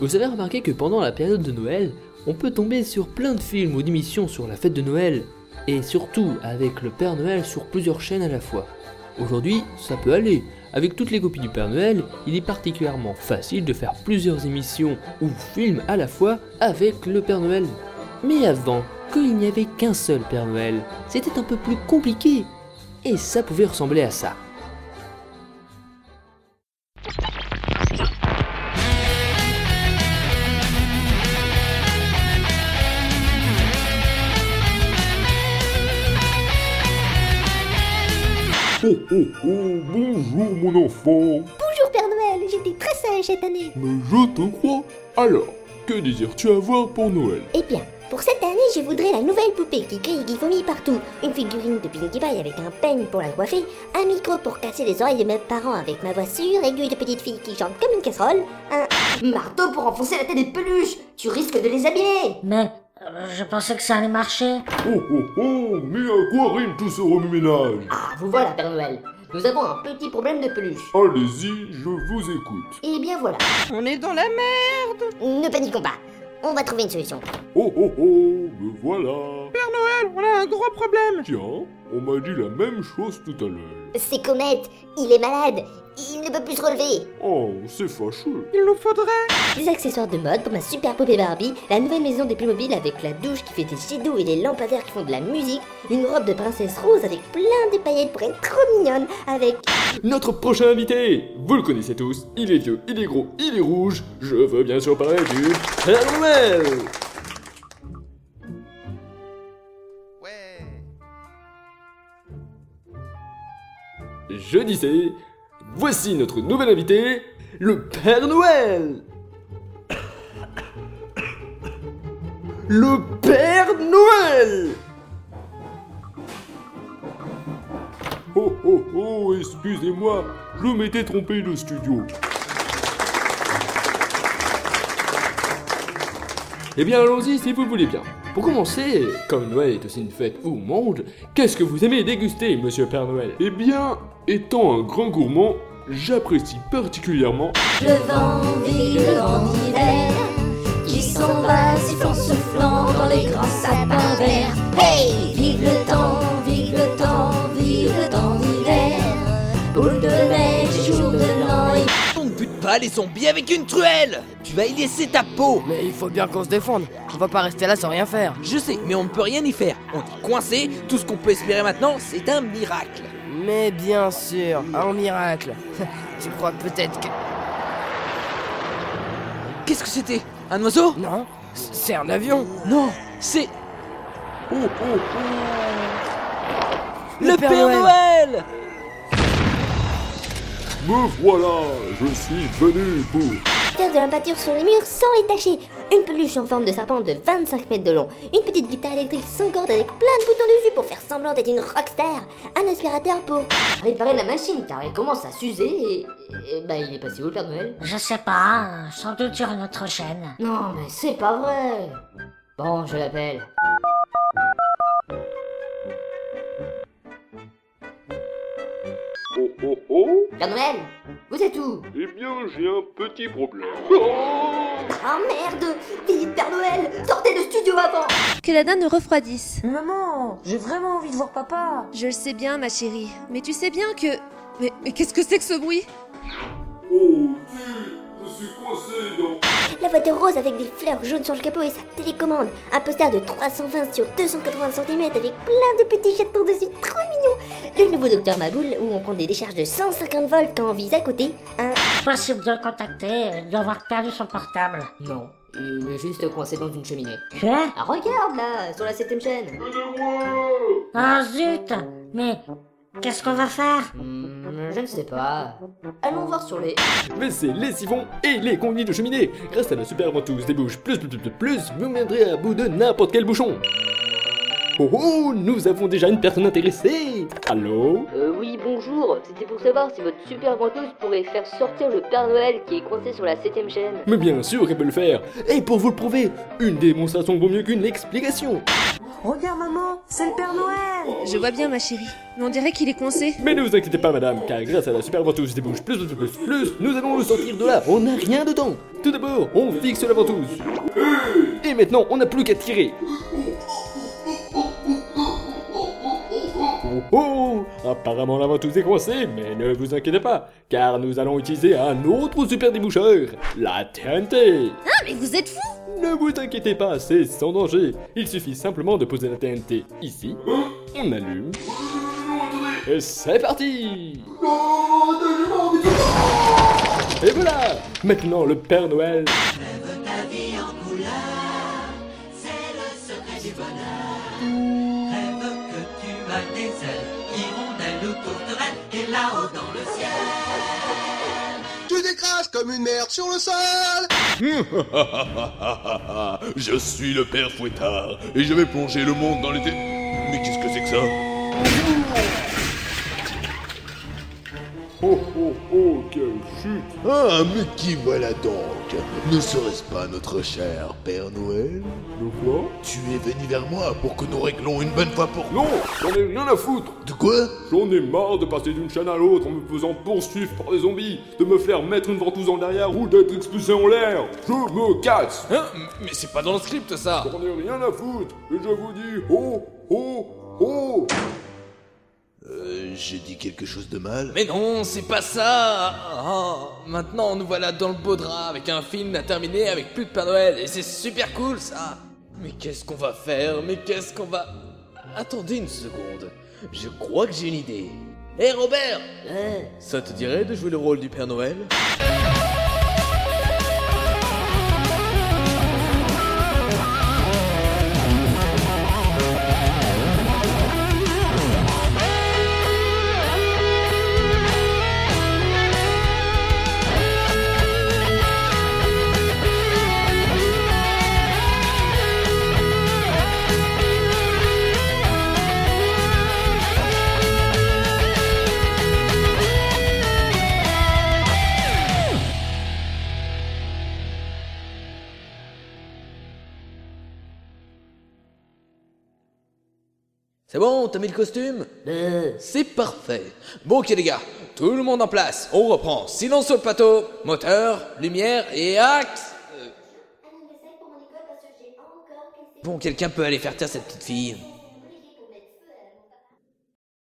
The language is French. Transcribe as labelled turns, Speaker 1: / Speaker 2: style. Speaker 1: Vous avez remarqué que pendant la période de Noël, on peut tomber sur plein de films ou d'émissions sur la fête de Noël, et surtout avec le Père Noël sur plusieurs chaînes à la fois. Aujourd'hui, ça peut aller. Avec toutes les copies du Père Noël, il est particulièrement facile de faire plusieurs émissions ou films à la fois avec le Père Noël. Mais avant, quand il n'y avait qu'un seul Père Noël, c'était un peu plus compliqué. Et ça pouvait ressembler à ça.
Speaker 2: Oh oh oh, bonjour mon enfant.
Speaker 3: Bonjour Père Noël, j'étais très sage cette année.
Speaker 2: Mais je te crois. Alors, que désires-tu avoir pour Noël
Speaker 3: Eh bien, pour cette année, je voudrais la nouvelle poupée qui crie et qui vomit partout, une figurine de Pinkie Pie avec un peigne pour la coiffer, un micro pour casser les oreilles de mes parents avec ma voix sûre, aiguë de petite fille qui chante comme une casserole, un...
Speaker 4: Marteau pour enfoncer la tête des peluches Tu risques de les abîmer
Speaker 5: Mais euh, je pensais que ça allait marcher.
Speaker 2: Oh oh oh, mais à quoi rime tout ce remue-ménage
Speaker 4: Ah, vous voilà, Père Noël Nous avons un petit problème de peluche.
Speaker 2: Allez-y, je vous écoute.
Speaker 4: Eh bien voilà,
Speaker 6: On est dans la merde
Speaker 3: Ne paniquons pas, on va trouver une solution.
Speaker 2: Oh oh oh, me voilà.
Speaker 6: Noël, on a un gros problème
Speaker 2: Tiens, on m'a dit la même chose tout à l'heure.
Speaker 3: C'est Comet, il est malade, il ne peut plus se relever.
Speaker 2: Oh, c'est fâcheux.
Speaker 6: Il nous faudrait...
Speaker 3: Des accessoires de mode pour ma super poupée Barbie, la nouvelle maison des Playmobil avec la douche qui fait des jets d'eau et les lampadaires qui font de la musique, une robe de princesse rose avec plein de paillettes pour être trop mignonne, avec...
Speaker 7: Notre prochain invité, vous le connaissez tous, il est vieux, il est gros, il est rouge, je veux bien sûr parler du Père Noël Je disais, voici notre nouvel invité, le Père Noël Le Père Noël
Speaker 2: Oh oh oh, excusez-moi, je m'étais trompé de studio.
Speaker 7: Eh bien, allons-y si vous le voulez bien. Pour commencer, comme Noël est aussi une fête où on mange, qu'est-ce que vous aimez déguster, monsieur Père Noël
Speaker 2: Eh bien, étant un grand gourmand, j'apprécie particulièrement
Speaker 8: Le vent vit le vent d'hiver qui s'en va sifflant, soufflant dans les grands sapins verts. Hey, vive le temps, vive le temps, vive le temps d'hiver. Boule de neige, jour de l'an et
Speaker 9: On ne bute pas les zombies avec une truelle Tu vas y laisser ta peau
Speaker 10: Mais il faut bien qu'on se défende. On va pas rester là sans rien faire.
Speaker 9: Je sais, mais on ne peut rien y faire. On est coincé, tout ce qu'on peut espérer maintenant, c'est un miracle.
Speaker 10: Mais bien sûr, un miracle. tu crois peut-être que.
Speaker 9: Qu'est-ce que c'était Un oiseau
Speaker 10: Non, c- c'est un avion.
Speaker 9: Non, c'est
Speaker 2: Oh oh oh
Speaker 9: le, Père, Noël,
Speaker 2: Me voilà, je suis venu pour
Speaker 3: Faire de la peinture sur les murs sans les tacher, une peluche en forme de serpent de 25 mètres de long, une petite guitare électrique sans corde avec plein de boutons dessus pour faire semblant d'être une rockstar, un aspirateur pour...
Speaker 4: réparer la machine car elle commence à s'user et... et bah il est passé où le Père Noël
Speaker 5: Je sais pas, euh, sans doute sur une autre chaîne.
Speaker 4: Non mais c'est pas vrai Bon, je l'appelle.
Speaker 2: Oh oh oh
Speaker 4: Père Noël Vous êtes où
Speaker 2: Eh bien, j'ai un petit problème. Oh,
Speaker 4: Ah merde Vite Père Noël Sortez le studio avant
Speaker 11: Que la dinde refroidisse.
Speaker 12: Maman, j'ai vraiment envie de voir papa.
Speaker 11: Je le sais bien, ma chérie. Mais tu sais bien que. Mais, mais qu'est-ce que c'est que ce bruit
Speaker 2: Oh, tu Je suis coincé dans...
Speaker 3: La voiture rose avec des fleurs jaunes sur le capot et sa télécommande. Un poster de 320 sur 280 cm avec plein de petits jetons dessus, trop mignon. Le nouveau docteur Maboule où on prend des décharges de 150 volts quand on vise à côté. Un...
Speaker 5: Possible de le contacter, euh, il doit avoir perdu son portable.
Speaker 4: Non, il est juste coincé dans une cheminée.
Speaker 5: Quoi
Speaker 4: Ah regarde là, sur la septième chaîne
Speaker 2: Aidez-moi
Speaker 5: Ah zut Mais qu'est-ce qu'on va faire
Speaker 4: Hmm, Je ne sais pas. Allons voir sur les...
Speaker 7: Mais c'est les siphons et les conduits de cheminée Grâce à la super ventouse des bouches plus plus plus plus plus, vous viendrez à bout de n'importe quel bouchon Oh oh, nous avons déjà une personne intéressée Allô
Speaker 4: Euh, oui, bonjour. C'était pour savoir si votre super ventouse pourrait faire sortir le Père Noël qui est coincé sur la septième chaîne.
Speaker 7: Mais bien sûr qu'elle peut le faire Et pour vous le prouver, une démonstration vaut mieux qu'une explication
Speaker 12: Regarde maman, c'est le Père Noël
Speaker 11: Je vois bien ma chérie, mais on dirait qu'il est coincé.
Speaker 7: Mais ne vous inquiétez pas, madame, car grâce à la super ventouse des bouches plus, plus, plus, plus, nous allons nous sortir de là. On n'a rien de temps. Tout d'abord, on fixe la ventouse. Et maintenant, on n'a plus qu'à tirer. Oh, oh Apparemment, la ventouse est coincée, mais ne vous inquiétez pas, car nous allons utiliser un autre super déboucheur, la TNT.
Speaker 11: Ah, mais vous êtes fous
Speaker 7: Ne vous inquiétez pas, c'est sans danger. Il suffit simplement de poser la TNT ici. On allume. Et c'est parti Et voilà Maintenant, le Père Noël
Speaker 13: Tu décrases comme une merde sur le sol
Speaker 2: je suis le père Fouettard et je vais plonger le monde dans les... dé- Mais qu'est-ce que c'est que ça
Speaker 13: Oh oh oh, quelle chute Ah, mais qui voilà donc Ne serait-ce pas notre cher Père Noël Le quoi Tu es venu vers moi pour que nous réglons une bonne fois pour...
Speaker 2: Non, j'en ai rien à foutre
Speaker 13: De quoi
Speaker 2: J'en ai marre de passer d'une chaîne à l'autre en me faisant poursuivre par les zombies, de me faire mettre une ventouse en derrière ou d'être expulsé en l'air Je me casse
Speaker 9: Hein Mais c'est pas dans le script ça
Speaker 2: J'en ai rien à foutre Et je vous dis, oh, oh, oh
Speaker 13: Euh, j'ai dit quelque chose de mal
Speaker 9: Mais non, c'est pas ça Ah, Maintenant, nous voilà dans le beau drap avec un film à terminer avec plus de Père Noël et c'est super cool ça Mais qu'est-ce qu'on va faire Mais qu'est-ce qu'on va. Attendez une seconde, je crois que j'ai une idée. Hé Robert Ça te dirait de jouer le rôle du Père Noël C'est bon, t'as mis le costume C'est parfait. Bon, ok les gars, tout le monde en place, on reprend. Silence sur le plateau, moteur, lumière et axe Euh. Bon, quelqu'un peut aller faire taire cette petite fille.